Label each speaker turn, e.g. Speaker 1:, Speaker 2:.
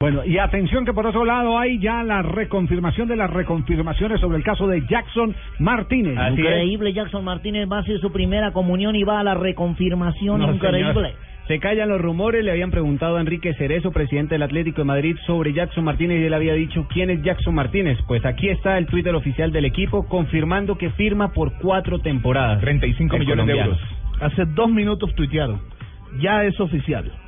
Speaker 1: Bueno, y atención que por otro lado hay ya la reconfirmación de las reconfirmaciones sobre el caso de Jackson Martínez.
Speaker 2: Así increíble, es. Jackson Martínez va a hacer su primera comunión y va a la reconfirmación.
Speaker 3: No,
Speaker 2: increíble.
Speaker 3: señor. Se callan los rumores, le habían preguntado a Enrique Cerezo, presidente del Atlético de Madrid, sobre Jackson Martínez y él había dicho, ¿quién es Jackson Martínez? Pues aquí está el Twitter oficial del equipo confirmando que firma por cuatro temporadas.
Speaker 4: 35
Speaker 3: El
Speaker 4: millones de
Speaker 3: colombiano.
Speaker 4: euros.
Speaker 5: Hace dos minutos tuitearon. Ya es oficial.